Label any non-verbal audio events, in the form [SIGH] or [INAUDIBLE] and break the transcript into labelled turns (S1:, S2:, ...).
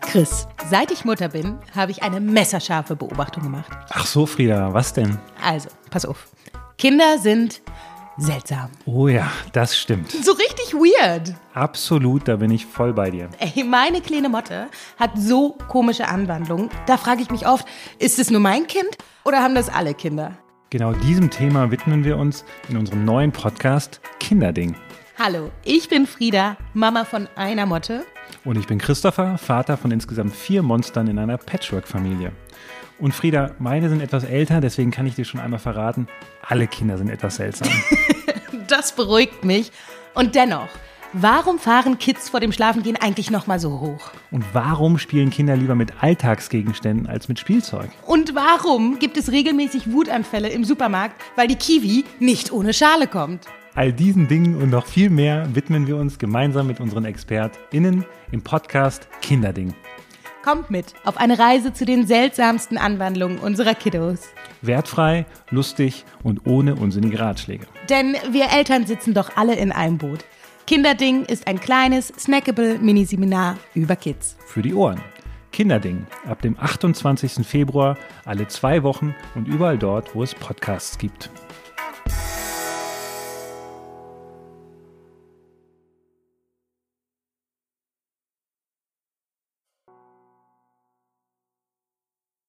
S1: Chris, seit ich Mutter bin, habe ich eine messerscharfe Beobachtung gemacht.
S2: Ach so, Frieda, was denn?
S1: Also, pass auf. Kinder sind seltsam.
S2: Oh ja, das stimmt.
S1: So richtig weird.
S2: Absolut, da bin ich voll bei dir.
S1: Ey, meine kleine Motte hat so komische Anwandlungen. Da frage ich mich oft, ist es nur mein Kind oder haben das alle Kinder?
S2: Genau diesem Thema widmen wir uns in unserem neuen Podcast Kinderding.
S1: Hallo, ich bin Frieda, Mama von einer Motte.
S2: Und ich bin Christopher, Vater von insgesamt vier Monstern in einer Patchwork-Familie. Und Frieda, meine sind etwas älter, deswegen kann ich dir schon einmal verraten, alle Kinder sind etwas [LAUGHS] seltsam.
S1: Das beruhigt mich. Und dennoch, warum fahren Kids vor dem Schlafengehen eigentlich nochmal so hoch?
S2: Und warum spielen Kinder lieber mit Alltagsgegenständen als mit Spielzeug?
S1: Und warum gibt es regelmäßig Wutanfälle im Supermarkt, weil die Kiwi nicht ohne Schale kommt?
S2: All diesen Dingen und noch viel mehr widmen wir uns gemeinsam mit unseren ExpertInnen im Podcast Kinderding.
S1: Kommt mit auf eine Reise zu den seltsamsten Anwandlungen unserer Kiddos.
S2: Wertfrei, lustig und ohne unsinnige Ratschläge.
S1: Denn wir Eltern sitzen doch alle in einem Boot. Kinderding ist ein kleines, snackable Miniseminar über Kids.
S2: Für die Ohren. Kinderding ab dem 28. Februar alle zwei Wochen und überall dort, wo es Podcasts gibt.